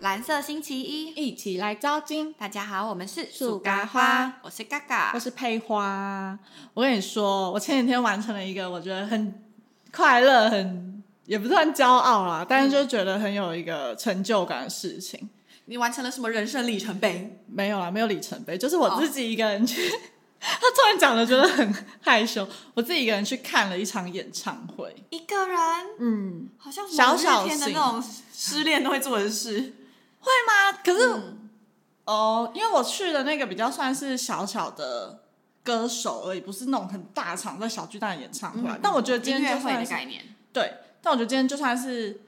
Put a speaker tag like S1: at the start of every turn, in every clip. S1: 蓝色星期一，
S2: 一起来招金。
S1: 大家好，我们是
S2: 树
S1: 咖
S2: 咖花，
S1: 我是嘎嘎
S2: 我，是佩花，我跟你说，我前几天完成了一个我觉得很快乐、很也不算骄傲啦，但是就觉得很有一个成就感的事情。
S1: 你完成了什么人生里程碑？
S2: 没有啦，没有里程碑，就是我
S1: 哦
S2: 自己一个人去。 他突然讲的觉得很害羞，我自己一个人去看了一场演唱会。
S1: 一个人
S2: 嗯，
S1: 好像什
S2: 小
S1: 么
S2: 小
S1: 日天的
S2: 型
S1: 那种失恋都会做的事，
S2: 会吗？可是、
S1: 嗯
S2: 哦，因为我去的那个比较算是小小的歌手而已，不是那种很大场在小巨蛋的演唱会啊。
S1: 嗯
S2: 但我觉得今
S1: 音
S2: 天
S1: 乐
S2: 就
S1: 会
S2: 算
S1: 的
S2: 是
S1: 概念。
S2: 对，但我觉得今天就算是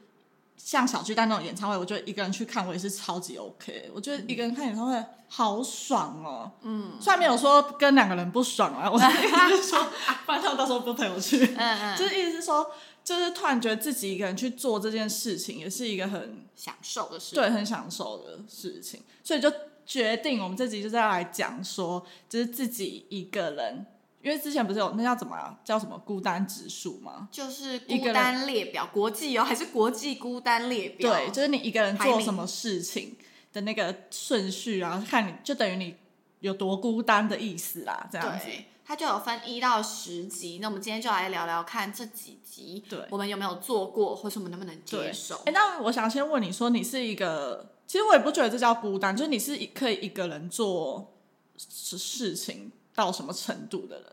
S2: 像小巨蛋那种演唱会，我觉得一个人去看我也是超级 OK。我觉得一个人看演唱会好爽哦。
S1: 嗯
S2: 虽然没有说跟两个人不爽啊， 我的意思是说，不然他们到时候不陪我去。
S1: 嗯嗯，
S2: 就是意思是说，就是突然觉得自己一个人去做这件事情，也是一个很
S1: 享受的事。
S2: 对，很享受的事情，所以就决定我们这集就是要来讲说，就是自己一个人，因为之前不是有那叫怎么啊叫什么孤单指数吗？
S1: 就是
S2: 一个
S1: 孤
S2: 人
S1: 单列表，国际哦，还是国际孤单列表？
S2: 对，就是你一个人
S1: 排
S2: 做
S1: 名
S2: 什么事情的那个顺序啊，看你就等于你有多孤单的意思啦，这样子。
S1: 对，它就有分一到十集。那我们今天就来聊聊看这几集，
S2: 对
S1: 我们有没有做过，或是我们能不能接
S2: 对
S1: 受
S2: 哎、？那我想先问你说，你是一个，其实我也不觉得这叫孤单，就是你是一可以一个人做事事情到什么程度的人？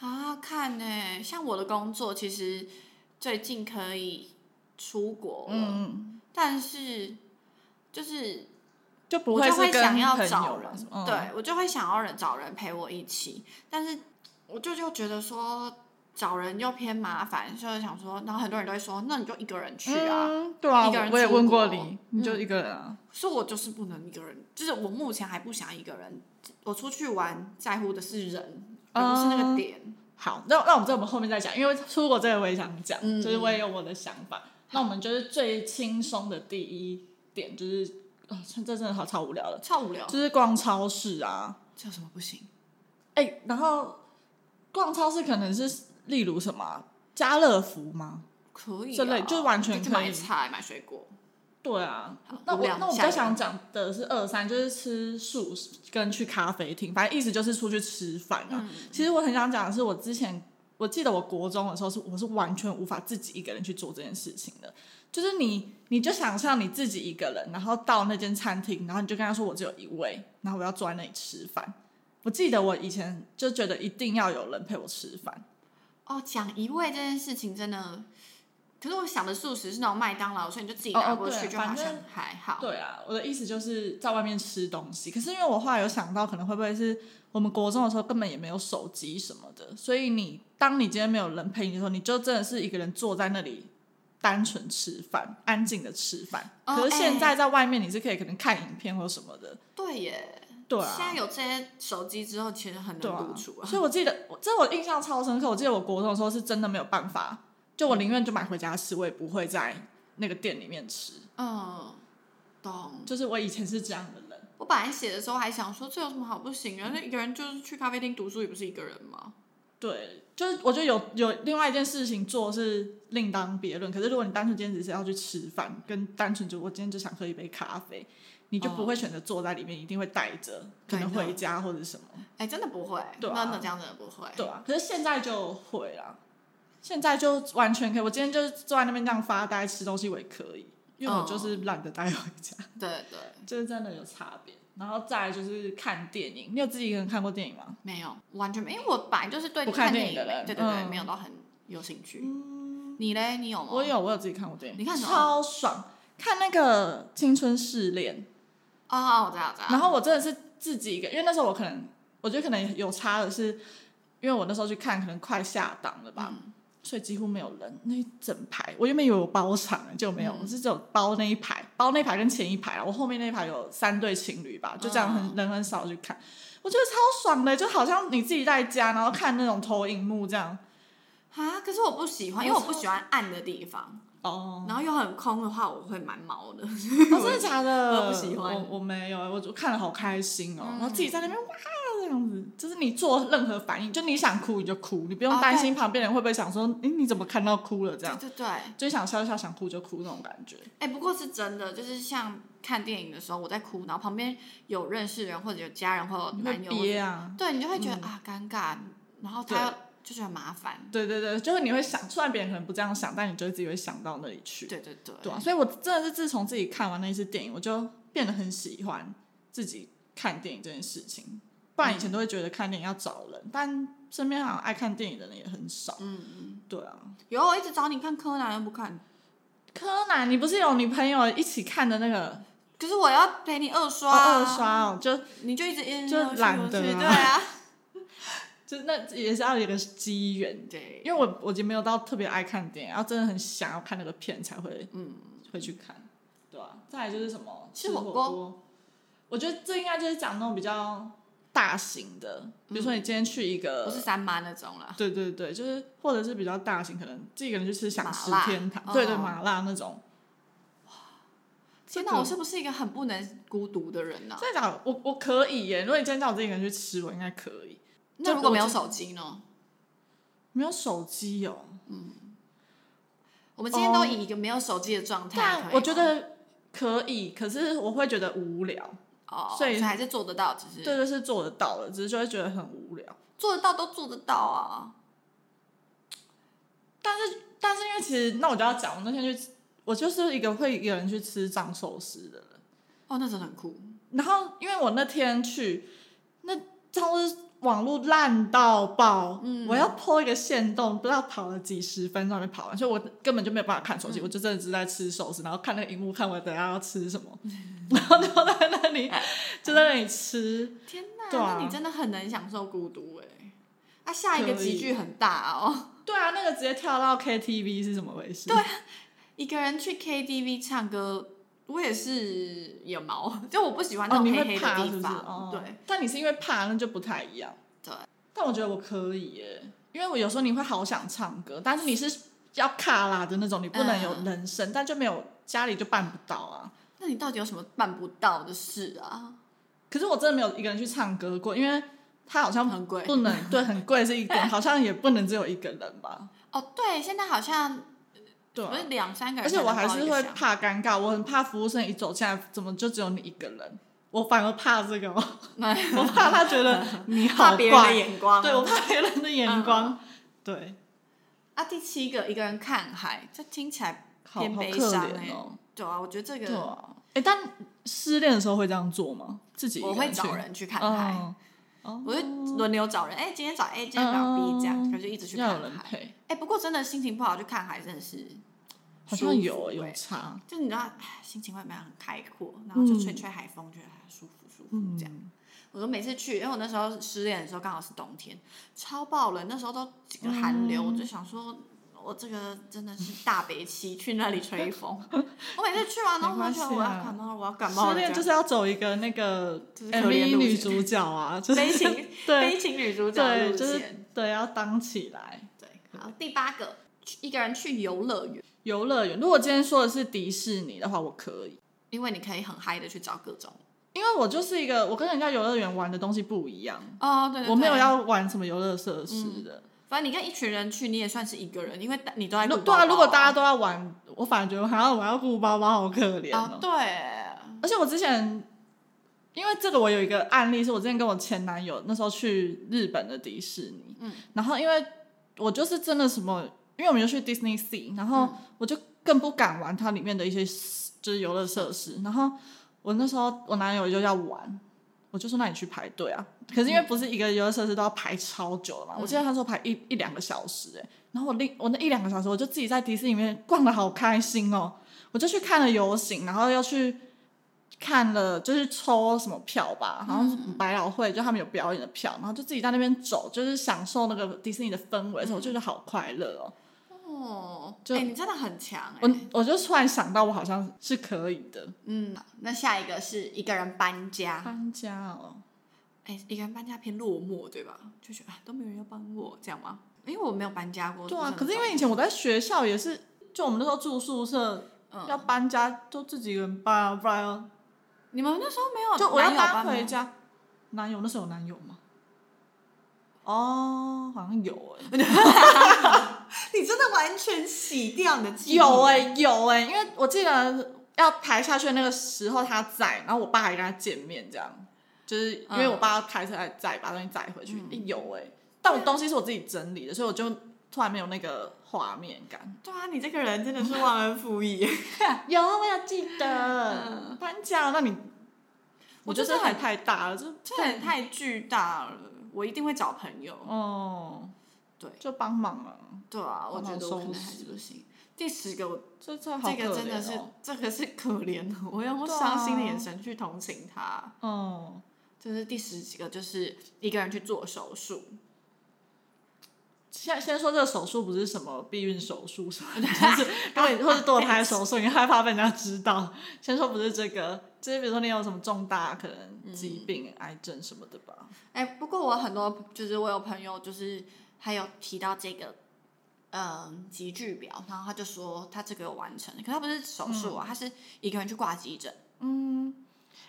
S1: 啊，看呢、像我的工作，其实最近可以出国了，
S2: 嗯，
S1: 但是就是
S2: 就不
S1: 我
S2: 会
S1: 就是会
S2: 跟
S1: 想要
S2: 朋
S1: 找
S2: 友
S1: 人
S2: 嘛什，么嗯、
S1: 对我就会想要人找人陪我一起，但是我就就觉得说找人又偏麻烦，所以想说，然后很多人都会说，那你就一个人去啊，
S2: 嗯，对啊，
S1: 一个人
S2: 我也
S1: 出
S2: 问过
S1: 国嗯
S2: 你，你就一个人啊，
S1: 所以我就是不能一个人，就是我目前还不想一个人。我出去玩在乎的是人，而不是那个
S2: 嗯
S1: 点。
S2: 好，那那我们这我们后面再讲，因为出国这个我也想讲，
S1: 嗯
S2: 就是我也有我的想法。那我们就是最轻松的第一点，就是啊、这真的好超无聊的，
S1: 超无聊，
S2: 就是逛超市啊，
S1: 这有什么不行？
S2: 哎、然后逛超市可能是例如什么啊家乐福吗？
S1: 可以、啊，
S2: 这类就是完全
S1: 就去
S2: 可
S1: 买
S2: 以
S1: 菜、买水果。
S2: 对啊
S1: 好，
S2: 那
S1: 无
S2: 我
S1: 聊
S2: 那我比
S1: 下
S2: 较
S1: 一个
S2: 想讲的是二三，就是吃素跟去咖啡厅，反正意思就是出去吃饭啊。
S1: 嗯
S2: 其实我很想讲的是，我之前我记得我国中的时候是我是完全无法自己一个人去做这件事情的，就是你你就想象你自己一个人，然后到那间餐厅，然后你就跟他说我只有一位，然后我要坐在那里吃饭。我记得我以前就觉得一定要有人陪我吃饭，
S1: 哦，讲一位这件事情真的，可是我想的素食是那种麦当劳，所以你就自己
S2: 哦
S1: 拿
S2: 哦
S1: 过
S2: 对
S1: 去，就
S2: 反
S1: 好像
S2: 正
S1: 还好。
S2: 对啊，我的意思就是在外面吃东西。可是因为我后来有想到，可能会不会是我们国中的时候根本也没有手机什么的，所以你当你今天没有人陪你的时候，你就真的是一个人坐在那里。单纯吃饭，安静的吃饭。
S1: 哦
S2: 可是现
S1: 哎
S2: 在在外面，你是可以可能看影片或什么的，
S1: 对耶，
S2: 对啊。
S1: 现在有这些手机之后，其实很
S2: 对
S1: 难
S2: 啊
S1: 独处啊。
S2: 所以我记得，我这我印象超深刻。我记得我国中的时候是真的没有办法，就我宁愿就买回家吃，我也不会在那个店里面吃。
S1: 嗯，懂。
S2: 就是我以前是这样的人，
S1: 我本来写的时候还想说，这有什么好不行啊？那一个人就是去咖啡厅读书，也不是一个人嘛。
S2: 对，就是我觉得有有另外一件事情做是另当别论。可是如果你单纯今天只是要去吃饭，跟单纯就我今天就想喝一杯咖啡，你就不会选择坐在里面，一定会带着，可能
S1: 对
S2: 回家或者什么。
S1: 哎，真的不会，
S2: 对啊
S1: 真的这样真的不会。
S2: 对啊，可是现在就会啦，现在就完全可以。我今天就是坐在那边这样发呆吃东西，我也可以，因为我就是懒得带回家，
S1: 对对，
S2: 就是真的有差别。然后再来就是看电影，你有自己一个人看过电影吗？
S1: 没有，完全没，因为我本来就是对
S2: 不看
S1: 电
S2: 电影的人
S1: 对对对，
S2: 嗯
S1: 没有到很有兴趣。
S2: 嗯，
S1: 你嘞？你有吗？
S2: 我有，我有自己看过电影，
S1: 哦你看什么
S2: 超爽，看那个《青春试炼》，
S1: 啊，我知道，我知道。
S2: 然后我真的是自己一个，因为那时候我可能，我觉得可能有差的是，因为我那时候去看，可能快下档了吧，
S1: 嗯
S2: 所以几乎没有人，那一整排，我原本以为有包场，就没有，
S1: 嗯
S2: 我是只有包那一排，包那一排跟前一排啊，我后面那一排有三对情侣吧，就这样很、
S1: 嗯
S2: 人很少去看，我觉得超爽的，就好像你自己在家，然后看那种投影幕这样，
S1: 啊，可是我不喜欢，因为我不喜欢暗的地方，
S2: 哦，
S1: 然后又很空的话，我会蛮毛的。
S2: 哦真的假的？
S1: 嗯我不喜欢
S2: 我我没有，我就看了好开心哦，
S1: 嗯
S2: 然后自己在那边哇，样子，就是你做任何反应，就你想哭你就哭，你不
S1: 哦
S2: 用
S1: 对
S2: 担心旁边人会不会想说，诶，你怎么看到哭了这
S1: 对
S2: 样，
S1: 对对，哎、
S2: 就想笑一笑，想哭就哭那种感觉。
S1: 不过是真的，就是像看电影的时候我在哭，然后旁边有认识人或者有家人或者有
S2: 你会
S1: 男友，
S2: 憋啊，
S1: 对你就会觉得、啊尴尬，然后
S2: 对
S1: 他就觉得麻烦，
S2: 对对对，就是你会想，虽然别人可能不这样想，但你就自己会想到那里去。
S1: 对对对，
S2: 对啊，所以我真的是自从自己看完那一次电影，我就变得很喜欢自己看电影这件事情。不然以前都会觉得看电影要找人，但身边好像爱看电影的人也很少。
S1: 嗯嗯，
S2: 对啊，
S1: 有我一直找你看柯南又不看，
S2: 柯南，你不是有女朋友一起看的那个
S1: 可是我要陪你二
S2: 哦
S1: 刷、啊
S2: 二刷哦，就
S1: 你就一直一直
S2: 就
S1: 游去
S2: 懒
S1: 游
S2: 得
S1: 去
S2: 啊
S1: 对啊，
S2: 就那也是要有一个机缘，
S1: 对，
S2: 因为我我也没有到特别爱看电影，然后真的很想要看那个片才会
S1: 嗯，
S2: 会去看，对啊。再来就是什么
S1: 吃
S2: 火
S1: 火锅
S2: 锅，我觉得这应该就是讲那种比较大型的，比如说你
S1: 嗯
S2: 今天去一个，
S1: 不是三妈那种啦，
S2: 对对对，就是或者是比较大型，可能自己一个人去吃享食
S1: 麻辣
S2: 天堂，
S1: 哦
S2: 对对麻辣那种。
S1: 天
S2: 这
S1: 哪，
S2: 个
S1: 我是不是一个很不能孤独的人呢、
S2: 真的假的？我我可以耶，如果你今天叫我自己一个人去吃，我应该可以。
S1: 那如果没有手机呢？
S2: 没有手机哦，
S1: 我们今天都以一个没有手机的状态，可以吗
S2: 但我觉得可以，可是我会觉得无聊。
S1: 哦，所
S2: 所
S1: 以
S2: 以
S1: 还是做得到，只是
S2: 对对，是做得到的，只是就会觉得很无聊。
S1: 做得到都做得到啊。
S2: 但是因为其实，那我就要讲，我那天去，我就是一个会一个人去吃藏寿司的人。
S1: 哦，那真的很酷，
S2: 然后因为我那天去，那藏寿司网络烂到爆，
S1: 嗯
S2: 我要破一个线洞，不知道跑了几十分钟还没跑完，所以我根本就没有办法看手机，
S1: 嗯
S2: 我就真的是在吃寿司，然后看那个荧幕，看我等一下要吃什么，
S1: 嗯
S2: 然后就在那里就在那里吃。
S1: 天哪！
S2: 对啊
S1: 那你真的很能享受孤独哎、啊，下一个
S2: 可以
S1: 集聚很大哦，
S2: 对啊，那个直接跳到 KTV 是怎么回事？对，
S1: 一个人去 KTV 唱歌，我也是有毛，就我不喜欢那
S2: 哦，
S1: 种
S2: 你
S1: 黑
S2: 会
S1: 黑
S2: 怕
S1: 的
S2: 是
S1: 地
S2: 不是？
S1: 方，
S2: 哦，
S1: 对，。
S2: 但你是因为怕，那就不太一样。
S1: 对。
S2: 但我觉得我可以耶，因为我有时候你会好想唱歌，但是你是要卡拉的那种，你不能有
S1: 嗯
S2: 人声，但就没有家里就办不到啊。
S1: 那你到底有什么办不到的事啊？
S2: 可是我真的没有一个人去唱歌过，因为它好像
S1: 很贵
S2: 不能对，很贵是一点，好像也不能只有一个人吧。
S1: 哦，对，现在好像
S2: 对啊、
S1: 不是两三个人，
S2: 而且我还是会怕尴尬，我很怕服务生一走进来，怎么就只有你一个人？我反而怕这个哦，我怕他觉 得你好
S1: 怕别人
S2: 怪
S1: 的，眼光，
S2: 对我怕别人的
S1: 嗯
S2: 眼光，对，
S1: 啊，第七个一个人看海，这听起来
S2: 好好
S1: 偏
S2: 可
S1: 悲伤哎、
S2: 怜哦。
S1: 对啊，我觉得这
S2: 对
S1: 个
S2: 啊，哎、但失恋的时候会这样做吗？自己一个
S1: 我会
S2: 去
S1: 找人去看海，
S2: 嗯哦，
S1: 我会轮流找人，哎、今天找 A，今天找 B，这样，
S2: 嗯
S1: 我就一直去
S2: 要
S1: 看
S2: 有人
S1: 海。
S2: 陪，
S1: 哎、不过真的心情不好去看海，真的是
S2: 好
S1: 舒
S2: 像
S1: 服
S2: 有啊有
S1: 欸
S2: 差，
S1: 就你知道，哎心情会变得很开阔，然后就吹
S2: 嗯
S1: 吹海风，觉得啊舒服舒服
S2: 嗯，
S1: 这样。我说每次去，因为我那时候失恋的时候刚好是冬天，超爆冷，那时候都几个寒流，
S2: 嗯
S1: 我就想说，我这个真的是大北七去那里 吹风。我每次去完，然后我就觉
S2: 没关
S1: 得我要
S2: 系啊
S1: 感冒了，我要感冒
S2: 失
S1: 了，
S2: 恋就是是要走一个那个
S1: 就是可怜
S2: MV
S1: 路
S2: 女
S1: 线
S2: 主角 啊，就是
S1: 悲情
S2: 对
S1: 悲情女主角
S2: 对，
S1: 路
S2: 就是
S1: 线。
S2: 对要当起来。
S1: 对，好，第八个，去一个人去游乐园，
S2: 游乐园，如果今天说的是迪士尼的话，我可以，
S1: 因为你可以很嗨的去找各种。
S2: 因为我就是一个我跟人家游乐园玩的东西不一样，嗯
S1: 哦，对对对，
S2: 我没有，要玩什么游乐设施的。
S1: 反正你跟一群人去，你也算是一个人，因为你都在
S2: 如
S1: 顾
S2: 对啊，
S1: 宝宝
S2: 如果大家都要玩，我反而觉得好像我要顾包包，好可怜
S1: 哦
S2: 哦，。
S1: 对，
S2: 而且我之前，因为这个我有一个案例，是我之前跟我前男友那时候去日本的迪士尼，
S1: 嗯
S2: 然后因为我就是真的什么，因为我们就去 Disney Sea，然后我就更不敢玩它里面的一些就是游乐设施，然后我那时候我男友就要玩。我就说那你去排队啊，可是因为不是一个游乐设施都要排超久了嘛，我记得他说排一一两个小时哎、然后我另我那一两个小时我就自己在迪士尼里面逛的好开心哦，我就去看了游行，然后又去看了，就是抽什么票吧，好像是百老汇，就他们有表演的票，然后就自己在那边走，就是享受那个迪士尼的氛围的时候，我就觉得好快乐哦。
S1: 哦，
S2: 就
S1: 哎、你真的很强哎、
S2: 我我就突然想到，我好像是可以的，
S1: 嗯，那下一个是一个人搬家，
S2: 搬家哦，
S1: 哎、一个人搬家偏落寞对吧？就觉得啊都没有人要帮我，这样吗？因为我没有搬家过，
S2: 对啊。
S1: 不
S2: 可是因为以
S1: 很
S2: 前我在学校也是，就我们那时候住宿舍，
S1: 懂
S2: 要
S1: 嗯，
S2: 搬家都自己一个人搬啊，不然要
S1: 你们那时候没有
S2: 就我要
S1: 嗯男友搬
S2: 搬
S1: 吗
S2: 回家。男友那时候有男友吗？哦，好像有哎、
S1: 你真的完全洗掉你的记忆。
S2: 有哎、有哎、因为我记得要排下去的那个时候他在，然后我爸还跟他见面，这样就是因为
S1: 嗯
S2: 我爸要开车来载，把东西载回去。欸有哎、但我东西是我自己整理的，所以我就突然没有那个画面感。
S1: 对啊，你这个人真的是忘恩负义。
S2: 有，我有记得
S1: 嗯
S2: 搬家。那你，
S1: 我
S2: 觉
S1: 就
S2: 得
S1: 是
S2: 这还
S1: 很
S2: 太大了，这
S1: 这个人太巨大了，我一定会找朋友。
S2: 哦，
S1: 对
S2: 就帮忙啊。
S1: 对啊，我
S2: 帮
S1: 觉
S2: 忙
S1: 得我可
S2: 收
S1: 能还是
S2: 拾
S1: 不行。第十个，我
S2: 这这好
S1: 这
S2: 可
S1: 个真
S2: 怜
S1: 的是
S2: 哦，
S1: 这个是可怜的，我用
S2: 对啊
S1: 伤心的眼神去同情他。
S2: 哦，
S1: 这是第十几个，就是一个人去做手术。
S2: 先先说这个手术不是什么避孕手术什么的，就是如果你或者堕胎手术，你害怕被人家知道。先说不是这个，就是比如说你有什么重大可能疾病、癌症什么的吧。
S1: 哎、不过我很多就是我有朋友就是还有提到这个，嗯，集聚表，然后他就说他这个有完成，可他不是手术
S2: 嗯
S1: 啊，他是一个人去挂急诊。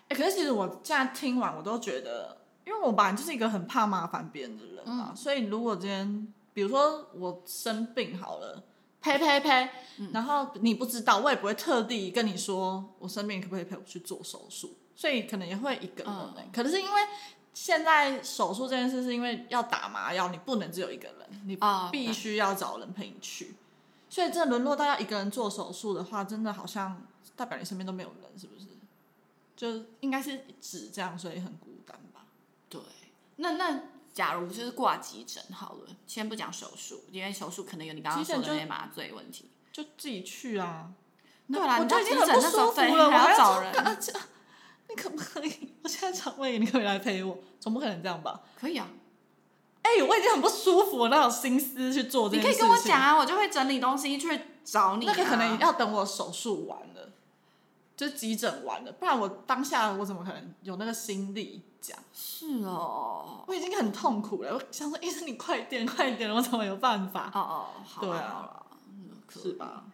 S2: 哎、可是其实我现在听完，我都觉得，因为我本来就是一个很怕麻烦别人的人啊，所以如果今天比如说我生病好了。呸呸呸！然后你不知道，我也不会特地跟你说我生病，可不可以陪我去做手术？所以可能也会一个人、欸可能是因为现在手术这件事，是因为要打麻药，你不能只有一个人，你
S1: 啊
S2: 必须要找人陪你去。所以这沦落到要一个人做手术的话，真的好像代表你身边都没有人，是不是？就应该是指这样，所以很孤单吧。
S1: 对，那那假如就是挂急诊好了，先不讲手术，因为手术可能有你刚刚
S2: 急诊
S1: 说的
S2: 就
S1: 那些麻醉问题。
S2: 就自己去啊。
S1: 对啦，
S2: 我
S1: 你到
S2: 就已
S1: 急
S2: 经
S1: 诊
S2: 很不
S1: 的时
S2: 舒
S1: 候，
S2: 服
S1: 对，
S2: 了，我
S1: 还要
S2: 找
S1: 找
S2: 人
S1: 人，。
S2: 你可不可以？我现在肠胃炎，你可不可以来陪我？总不可能这样吧？
S1: 可以啊，
S2: 哎、我已经很不舒服，我哪有心思去做这
S1: 你
S2: 件事
S1: 可以
S2: 情？
S1: 跟我讲啊，我就会整理东西去找你、啊。
S2: 那个可能要等我手术完了，就急诊完了，不然我当下我怎么可能有那个心力讲？
S1: 是哦，
S2: 我已经很痛苦了，我想说医生你快点快点，我怎么有办
S1: 哦
S2: 法？
S1: 哦，好
S2: 对
S1: 了
S2: 啊
S1: 好了，嗯可
S2: 是
S1: 以
S2: 吧？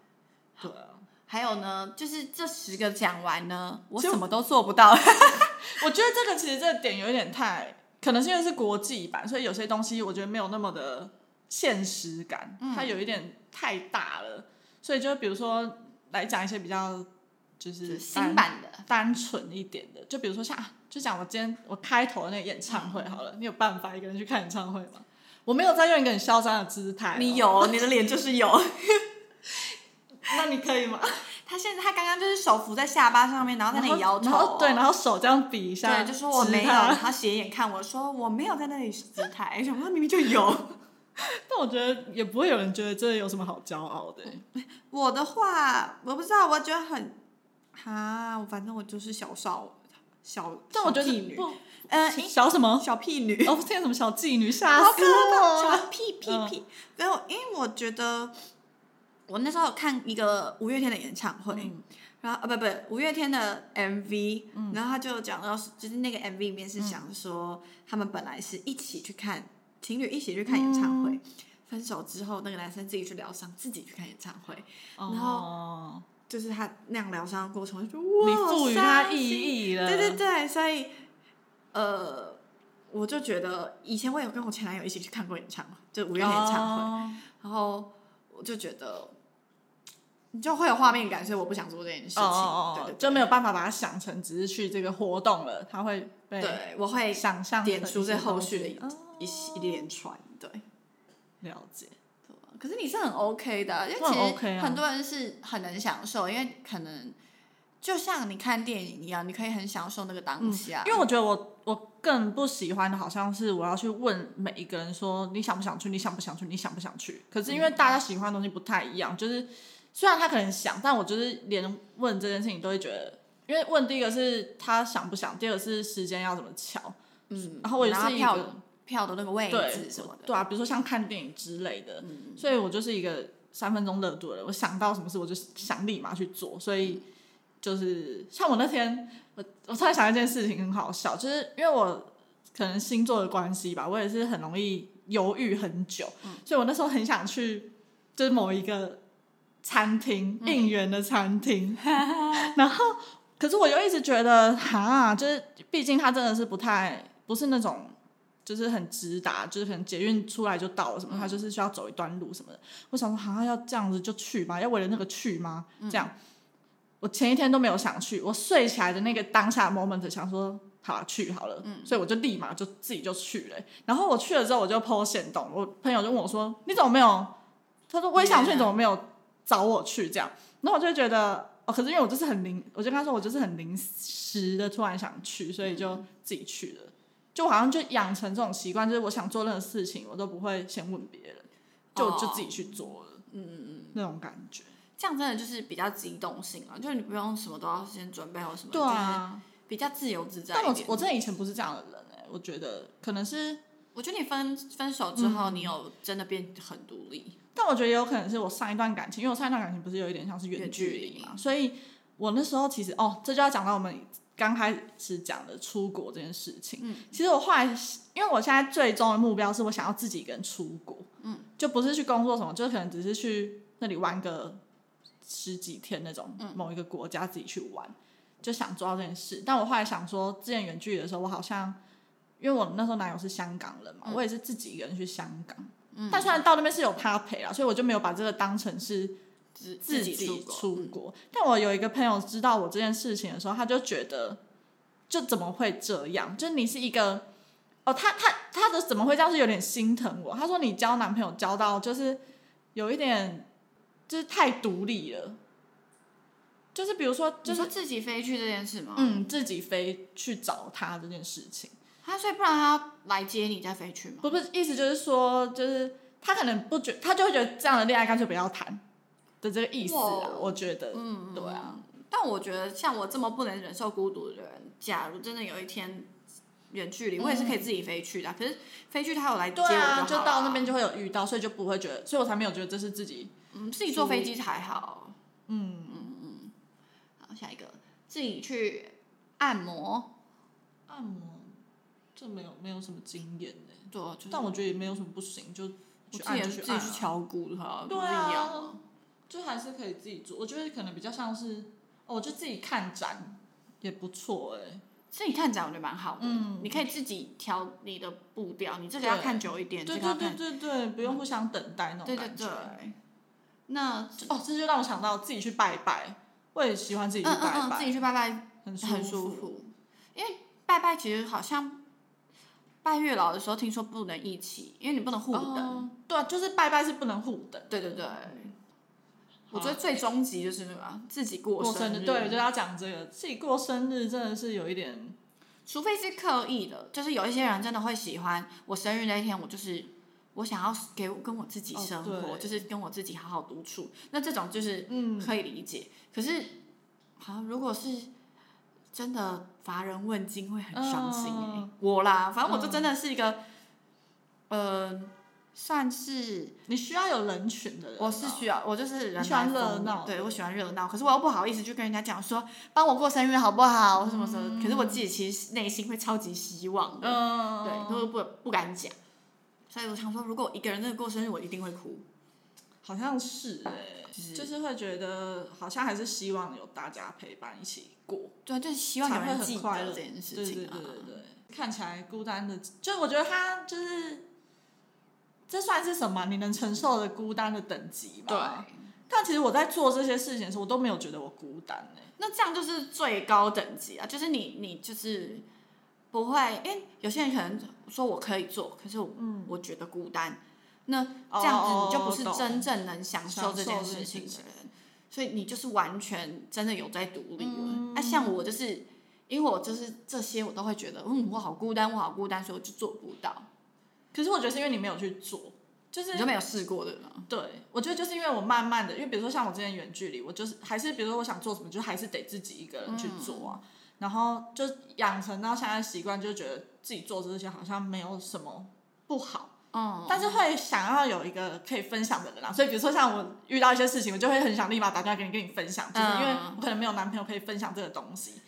S2: 对啊，
S1: 还有呢，就是这十个讲完呢，我
S2: 就
S1: 什么都做不到。
S2: 我觉得这个其实这个点有一点太，可能是因为是国际版，所以有些东西我觉得没有那么的现实感，
S1: 嗯
S2: 它有一点太大了，所以就比如说来讲一些比较就是
S1: 新
S2: 单
S1: 版的，
S2: 单纯一点的，就比如说像啊就讲我今天我开头的那个演唱会好了，你有办法一个人去看演唱会吗？我没有在用一个很嚣张的姿态、
S1: 你？有，你的脸就是有。
S2: 那你可以吗？
S1: 他现在他刚刚就是手扶在下巴上面，然后在那里摇头，
S2: 然后对，然后手这样比一下，
S1: 对，就说我没有，
S2: 姿态
S1: 然后斜眼看我说我没有在那里姿 态，想说明明就有。
S2: 但我觉得也不会有人觉得这有什么好骄傲的、
S1: 我的话，我不知道，我觉得很哈，反正我就是小少小，
S2: 但我觉
S1: 小
S2: 得
S1: 屁女，
S2: 不
S1: 呃，
S2: 小什么？
S1: 小屁女，
S2: 哦，天，什么小妓女，吓
S1: 好
S2: 死
S1: 可怕，
S2: 我！嗯
S1: 小屁屁屁。没有，因为我觉得我那时候有看一个五月天的演唱会，
S2: 嗯
S1: 然后啊不不，五月天的 MV，、然后他就讲到，就是那个 MV 里面
S2: 嗯
S1: 是想说、他们本来是一起去看情侣一起去看演唱
S2: 嗯
S1: 会。分手之后，那个男生自己去疗伤，自己去看演唱会，
S2: 然
S1: 然
S2: 后
S1: 就是他那样疗伤的过程，我就觉得
S2: 你
S1: 哇，
S2: 赋予它
S1: 伤
S2: 意
S1: 心
S2: 义了，
S1: 对对对，所以呃，我就觉得以前我有跟我前男友一起去看过演唱会，就五
S2: 五
S1: 月天演唱会，
S2: 会。
S1: 然后我就觉得你就会有画面感，所以我不想做这件事情，
S2: 哦哦哦
S1: 对
S2: 哦，
S1: 对
S2: 就没有办法把它想成只是去这个活动了，它会
S1: 对，
S2: 被
S1: 我会
S2: 想象
S1: 点
S2: 成
S1: 出
S2: 一
S1: 这
S2: 些
S1: 后
S2: 东
S1: 续的
S2: 西
S1: 一、
S2: 哦
S1: 一系一连串，对。
S2: 了解。
S1: 可是你是很 OK 的啊，因为
S2: 我很
S1: 其
S2: OK
S1: 实
S2: 啊
S1: 很多人是很能享受，因为可能就像你看电影一样，你可以很享受那个当下。
S2: 因为我觉得我我更不喜欢的好像是我要去问每一个人说你想不想去，你想不想去，你想不想去。可是因为大家喜欢的东西不太一样，就是虽然他可能想，但我就是连问这件事情都会觉得，因为问第一个是他想不想，第二个是时间要怎么巧，
S1: 嗯，
S2: 然后我也是一
S1: 票
S2: 个
S1: 票的那个位
S2: 对
S1: 置什么的，嗯
S2: 对啊，比如说像看电影之类的，所以我就是一个三分钟热度的人，我想到什么事我就想立马去做，所
S1: 嗯
S2: 以就是像我那天，我我突然想到一件事情很好笑，就是因为我可能星座的关系吧，我也是很容易犹豫很久，
S1: 嗯
S2: 所以我那时候很想去就是某一个餐厅
S1: 嗯
S2: 应援的餐厅，然后可是我又一直觉得哈，就是毕竟它真的是不太不是那种。就是很直达，就是可能捷运出来就到了什么，他就是需要走一段路什么的。我想说，好、像要这样子就去吗？要为了那个去吗？这样，我前一天都没有想去，我睡起来的那个当下 moment 想说。好啊、去好了，所以我就立马就自己就去了欸、然后我去了之后，我就 PO 线动，我朋友就问我说：“你怎么没有？”他说：“我也想去，你怎么没有啊找我去？”这样，然后我就觉得，哦，可是因为我就是很临，我就跟他说我就是很临时的突然想去，所以就自己去了。就好像就养成这种习惯，就是我想做任何事情，我都不会先问别人，就我就自己去做了。嗯嗯嗯，那种感觉。
S1: 这样真的就是比较机动性啊，就是你不用什么都要先准备好什么，
S2: 对啊，
S1: 就是比较自由自在
S2: 但
S1: 一
S2: 我
S1: 点。
S2: 我真的以前不是这样的人哎、我觉得可能是
S1: 我觉得你分分手之
S2: 嗯
S1: 后，你有真的变很独立，
S2: 但我觉得也有可能是我上一段感情，因为我上一段感情不是有一点像是远
S1: 远
S2: 距
S1: 距
S2: 离
S1: 离
S2: 嘛，所以我那时候其实哦，这就要讲到我们刚开始讲的出国这件事情。嗯，其实我后来，因为我现在最终的目标是我想要自己一个人出国，嗯，就不是去工作什么，就是可能只是去那里玩个十几天那种，
S1: 嗯
S2: 某一个国家自己去玩，就想做到这件事。但我后来想说，之前远距离的时候，我好像。因为我那时候男友是香港人
S1: 嗯
S2: 嘛，我也是自己一个人去香港，但虽然到那边是有他陪啦，所以我就没有把这个当成是
S1: 自
S2: 自
S1: 己
S2: 己出
S1: 国。
S2: 国嗯但我有一个朋友知道我这件事情的时候，他就觉得，就怎么会这样？就你是一个，哦，他他他的怎么会这样？是有点心疼我。他说你交男朋友交到就是有一点，就是太独立了。就是比如说，就
S1: 就是是自己飞去这件事吗？，
S2: 嗯，自己飞去找他这件事情。
S1: 他啊所以不然他要来接你再飞去吗？
S2: 不不，意思就是说，就是他可能不觉，他就会觉得这样的恋爱干脆不要谈的这个意思啊
S1: 哇，
S2: 我觉得，嗯，对啊，
S1: 但我觉得像我这么不能忍受孤独的人，假如真的有一天远距离，我也是可以自己飞去的啊。可是飞去他有来接
S2: 嗯对
S1: 我好
S2: 啊，就
S1: 就
S2: 到那边就会有遇到，所以就不会觉得，所以我才没有觉得这是自己，
S1: 嗯，自己坐飞机还好。嗯嗯嗯。好，下一个，自己去按摩，
S2: 这没有没有什么经验呢、
S1: 对啊，就是
S2: 但我觉得也没有什么不行，就
S1: 我
S2: 去
S1: 自己
S2: 按
S1: 也
S2: 就是去
S1: 自
S2: 按、啊
S1: 己去敲鼓他，不
S2: 对
S1: 是一样吗
S2: 啊？，就还是可以自己做，我觉得可能比较像是，哦，我就自己看展也不错哎、
S1: 自己看展我觉得蛮好的，你可以自己调你的步调，你这个
S2: 对
S1: 要看久一点，
S2: 对
S1: 这个要
S2: 对对对
S1: 看，
S2: 对，不用互相等待那种
S1: 对
S2: 感
S1: 对
S2: 觉。
S1: 对。那
S2: 哦，这就让我想到自己去拜拜，我也喜欢自己
S1: 嗯
S2: 去拜
S1: 嗯嗯，自
S2: 拜，
S1: 己去拜拜
S2: 很
S1: 很
S2: 舒
S1: 舒。服，因为拜拜其实好像拜月老的时候听说不能一起，因为你不能互等。
S2: 哦对啊，就是拜拜是不能互等。嗯
S1: 对对对，我觉得最终极就是那个啊自己过
S2: 过
S1: 生
S2: 生日，对，我就要讲这个，自己过生日真的是有一点，
S1: 除非是刻意的，就是有一些人真的会喜欢我生日那一天，我就是我想要给我跟我自己
S2: 哦
S1: 生活，
S2: 对
S1: 就是跟我自己好好独处。那这种就是
S2: 嗯，
S1: 可以理解。可是，好，如果是真的乏人问津，会很伤心、欸
S2: 嗯
S1: 我啦，反正我就真的是一个，呃，算是
S2: 你需要有人群的人啊。
S1: 我是需要，我就是人
S2: 你喜欢
S1: 来疯
S2: 热闹
S1: 对我喜欢热闹。可是我又不好意思去跟人家讲说，帮我过生日好不好？什么什么。可是我自己其实内心会超级希望的，
S2: 嗯，
S1: 对，都不不敢讲。所以我想说，如果我一个人真的过生日，我一定会哭。
S2: 好像是哎，
S1: 是
S2: 就是会觉得好像还是希望有大家陪伴一起过。
S1: 对，就是希望有
S2: 才会
S1: 人
S2: 很
S1: 记
S2: 快
S1: 得
S2: 乐
S1: 这件事
S2: 对对
S1: 情啊。
S2: 对对对，看起来孤单的，就我觉得他就是，这算是什么？你能承受的孤单的等级嘛？
S1: 对。
S2: 但其实我在做这些事情的时候，我都没有觉得我孤单哎、
S1: 那这样就是最高等级啊，就是你你就是不会，因为有些人可能说我可以做，可是我、我觉得孤单，那这样子你就不是
S2: 哦
S1: 真正能享受
S2: 享
S1: 这
S2: 受
S1: 件
S2: 这
S1: 事
S2: 件
S1: 情
S2: 事
S1: 的
S2: 情
S1: 人，所以你就是完全真的有在独立了。
S2: 嗯
S1: 啊，像我就是。因为我就是这些，我都会觉得，嗯，我好孤单，我好孤单，所以我就做不到。
S2: 可是我觉得是因为你没有去做，就是
S1: 你就没有试过的呢？
S2: 对，我觉得就是因为我慢慢的，因为比如说像我之前远距离，我就是还是比如说我想做什么，就还是得自己一个人去做
S1: 嗯
S2: 啊。然后就养成到现在的习惯，就觉得自己做这些好像没有什么不好。
S1: 嗯，
S2: 但是会想要有一个可以分享的人啊，所以比如说像我遇到一些事情，我就会很想立马打电话给你跟你分享，就是因为
S1: 嗯
S2: 我可能没有男朋友可以分享这个东西，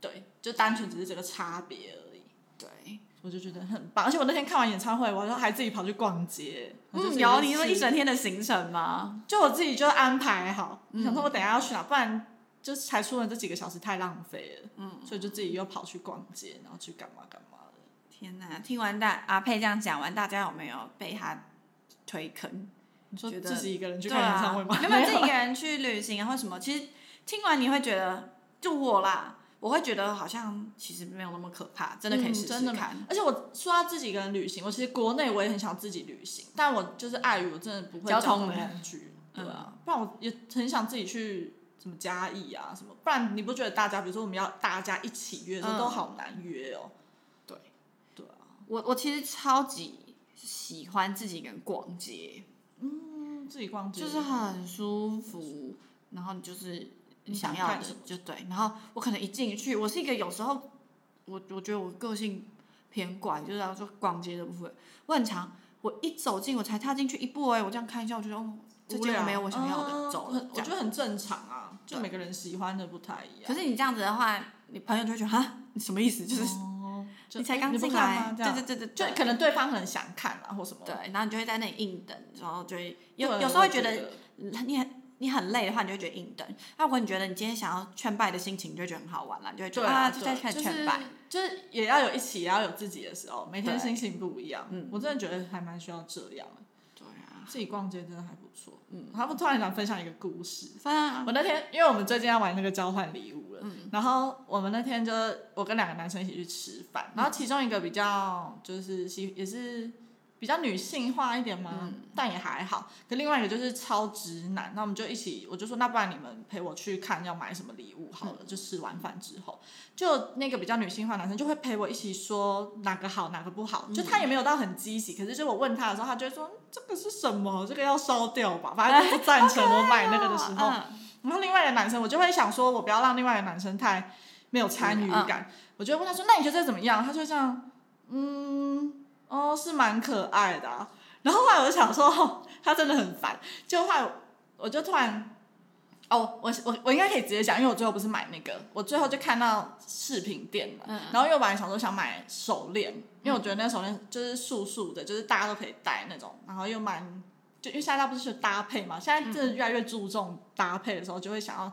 S2: 对，就单纯只是这个差别而已，
S1: 对，
S2: 我就觉得很棒。而且我那天看完演唱会，我就还自己跑去逛街，我就自
S1: 嗯，
S2: 己
S1: 有
S2: 去
S1: 你说
S2: 吃
S1: 一整天的行程吗？
S2: 就我自己就安排好，
S1: 嗯
S2: 想说我等一下要去哪，不然就才出门这几个小时太浪费了，嗯，所以就自己又跑去逛街，然后去干嘛干嘛的，
S1: 天哪！听完大阿佩这样讲完，大家有没有被他推坑？
S2: 你说
S1: 觉得
S2: 自己一个人去
S1: 对
S2: 看演唱会吗？
S1: 啊、没有自己 一个人去旅行啊，或什么？其实听完你会觉得，就我啦，我会觉得好像其实没有那么可怕，真的可以
S2: 嗯
S1: 试试
S2: 真的
S1: 看。
S2: 而且我说到自己一个人旅行，我其实国内我也很想自己旅行，但我就是碍于我真的不会
S1: 交通
S2: 通
S1: 的嗯
S2: 工具，对啊，不然我也很想自己去什么嘉义啊什么，不然你不觉得大家，比如说我们要大家一起约的时候
S1: 嗯
S2: 都好难约哦，
S1: 对，
S2: 对啊，
S1: 我我其实超级喜欢自己一个人逛街，
S2: 嗯，自己逛街
S1: 就是很舒服，然后你就是你想要
S2: 你想
S1: 的
S2: 看什么
S1: 就对。然后我可能一进去，我是一个有时候我我觉得我个性偏怪，就是要说逛街的部分，我很常我一走进我才踏进去一步哎、我这样看一下，我觉得哦，这
S2: 无
S1: 间
S2: 聊
S1: 没有我想要的，
S2: 嗯
S1: 走了
S2: 很。我
S1: 这
S2: 觉
S1: 样
S2: 得很正常啊，就
S1: 对
S2: 每个人喜欢的不太一样。
S1: 可是你这样子的话，你朋友就会觉得哈，你什么意思？就是
S2: 哦，就
S1: 你才刚
S2: 你不
S1: 进
S2: 看
S1: 来
S2: 吗，这
S1: 对
S2: 样
S1: 对对对，
S2: 就
S1: 对
S2: 可能对方很想看啊，或什么。
S1: 对，然后你就会在那里硬等，然后就会有
S2: 对啊
S1: 有时候
S2: 我
S1: 会觉得嗯你很你很累的话，你就会觉得硬等。那如果你觉得你今天想要劝败的心情，你就会觉得很好玩啦，你就会觉
S2: 对
S1: 得
S2: 啊，
S1: 就在
S2: 对
S1: 看
S2: 就
S1: 劝
S2: 是
S1: 败。
S2: 就是也要有一起，也要有自己的时候，每天
S1: 对
S2: 心情不一样。
S1: 嗯
S2: 我真的觉得还蛮需要这样的，
S1: 对啊，
S2: 自己逛街真的还不错。
S1: 嗯，
S2: 然后突然想分享一个故事，
S1: 分啊，
S2: 我那天因为我们最近要玩那个交换礼物了，
S1: 嗯
S2: 然后我们那天就是我跟两个男生一起去吃
S1: 嗯
S2: 饭，然后其中一个比较就是喜也是比较女性化一点嘛，
S1: 嗯
S2: 但也还好。可另外一个就是超直男，那我们就一起，我就说那不然你们陪我去看要买什么礼物好
S1: 嗯
S2: 了，就吃完饭之后，就那个比较女性化男生就会陪我一起说哪个好哪个不
S1: 嗯
S2: 好，就他也没有到很积极，可是就我问他的时候，他就会说嗯这个是什么，这个要烧掉吧，反 正就不赞成我买那个的时候。
S1: 嗯
S2: 然后另外一个男生，我就会想说，我不要让另外一个男生太没有参与
S1: 嗯
S2: 感，我就会问他说：“那你觉得这怎么样？”他就这样，嗯，哦，是蛮可爱的啊、然后后来我就想说，哦他真的很烦。就后来我就突然，哦，我我我应该可以直接讲，因为我最后不是买那个，我最后就看到饰品店了，
S1: 嗯
S2: 然后因为我本来想说想买手链，因为我觉得那手链就是素素的，就是大家都可以戴那种，然后又蛮。就因为现在不是学搭配嘛，现在真的越来越注重搭配的时候，就会想要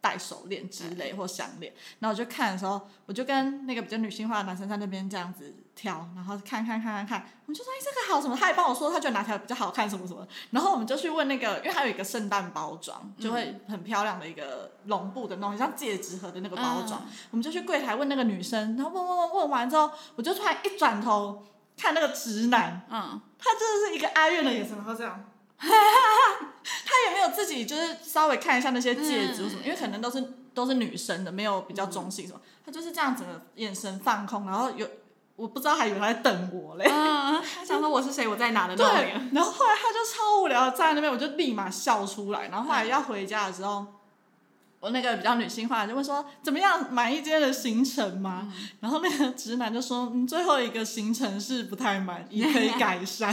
S2: 戴手链之类或项链。然后我就看的时候，我就跟那个比较女性化的男生在那边这样子挑，然后看看看看看，我们就说哎这个好什么，他也帮我说他觉得哪条比较好看什么什么，然后我们就去问那个，因为还有一个圣诞包装，就会很漂亮的一个绒布的那种，像戒指盒的那个包装，我们就去柜台问那个女生，然后问问问问完之后，我就突然一转头看那个直男，
S1: 嗯，
S2: 他真的是一个哀怨的眼神，然后这样。 他也没有自己就是稍微看一下那些戒指或什么，因为可能都是都是女生的，没有比较中性什么。他就是这样整个眼神放空，然后有我不知道还以为他在等我嘞。
S1: 嗯， 想说我是谁，我在哪的
S2: 对
S1: 那种脸，，
S2: 然后后来他就超无聊，站在那边我就立马笑出来。然后后来要回家的时候，我那个比较女性化的就会说：“怎么样，满意今天的行程吗？”然后那个直男就说：“嗯，最后一个行程是不太满意，可以改 善。”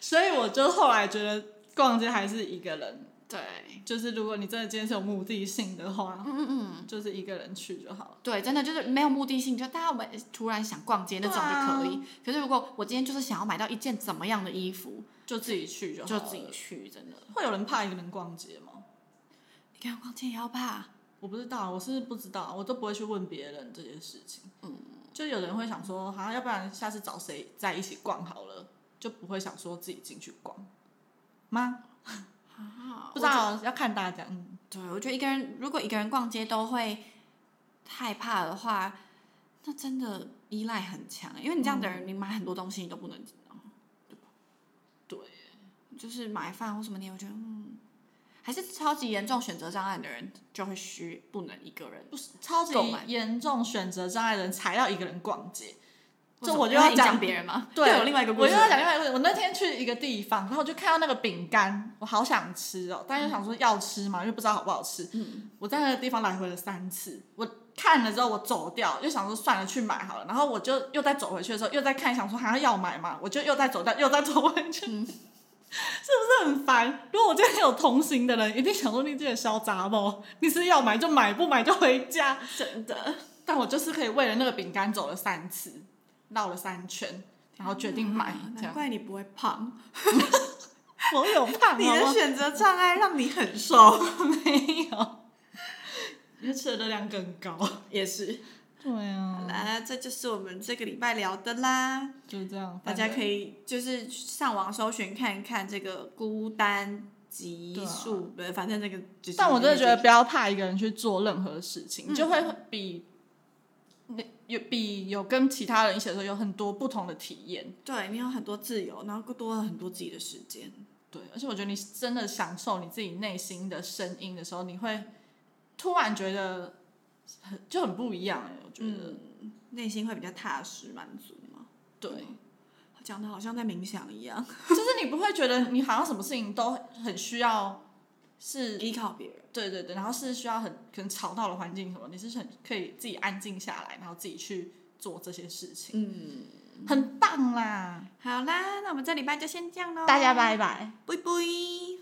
S2: 所以我就后来觉得逛街还是一个人，
S1: 对，
S2: 就是如果你真的今天是有目的性的话，
S1: 嗯嗯嗯。
S2: 就是一个人去就好了。
S1: 对，真的就是没有目的性，就大家我们突然想逛街那种就可以。可是如果我今天就是想要买到一件怎么样的衣服，
S2: 就自己去就好
S1: 就
S2: 了
S1: 自己去，真的。
S2: 会有人怕一个人逛街吗？
S1: 一个人逛街也要怕，
S2: 我不知道，我是不知道，我都不会去问别人这件事情。嗯，就有人会想说，好、像要不然下次找谁在一起逛好了，就不会想说自己进去逛吗？
S1: 啊
S2: 不知道，要看大家。嗯，
S1: 对，我觉得一个人如果一个人逛街都会害怕的话，那真的依赖很强，欸因为你这样的
S2: 嗯
S1: 人，你买很多东西你都不能，对吧？
S2: 对，
S1: 就是买饭或什么，你会觉得嗯，还是超级严重选择障碍的人就会虚，不能一个人。
S2: 不是超级
S1: 购买
S2: 严重选择障碍的人才要一个人逛街。
S1: 为什
S2: 这
S1: 么
S2: 我就
S1: 因为
S2: 要
S1: 你
S2: 讲
S1: 讲别人嘛，
S2: 对，
S1: 又有另外一个故
S2: 我
S1: 事
S2: 又要讲另外一个故事。我那天去一个地方，然后我就看到那个饼干，我好想吃哦，但又想说要吃嘛，因为不知道好不好吃。嗯，我在那个地方来回了三次，我看了之后我走掉，又想说算了去买好了，然后我就又再走回去的时候又在看，想说还要买嘛，我就又再走掉，又再走回 去。是不是很烦？如果我今天有同行的人，一定想说你这个小杂毛，你是要买就买，不买就回家。
S1: 真的，
S2: 但我就是可以为了那个饼干走了三次，绕了三圈，然后决定买。这
S1: 难
S2: 样
S1: 怪你不会胖，
S2: 我有哦胖
S1: 你
S2: 好
S1: 的
S2: 吗？
S1: 选择障碍让你 很瘦，
S2: 没有，因为吃的热量更高。
S1: 也是，
S2: 对啊
S1: 好，啦，这就是我们这个礼拜聊的啦。
S2: 就这样，
S1: 大家
S2: 以
S1: 可以就是上网搜寻看一看这个孤单级数，对、反正这个就是。
S2: 啊但我真的觉得不要怕一个人去做任何事情，
S1: 嗯
S2: 就会比那有比有跟其他人一起的时候有很多不同的体验。
S1: 对你有很多自由，然后多了很多自己的时间。
S2: 对，而且我觉得你真的享受你自己内心的声音的时候，你会突然觉得很就很不一样哎、我觉得、
S1: 嗯，内心会比较踏实满足嘛。
S2: 对，
S1: 讲的好像在冥想一样，
S2: 就是你不会觉得你好像什么事情都很需要是，
S1: 依靠别人。
S2: 对对对，然后是需要很可能吵闹的环境什么，你是很可以自己安静下来，然后自己去做这些事情，
S1: 嗯，
S2: 很棒啦！
S1: 好啦，那我们这礼拜就先这样喽。
S2: 大家拜拜。
S1: 拜拜。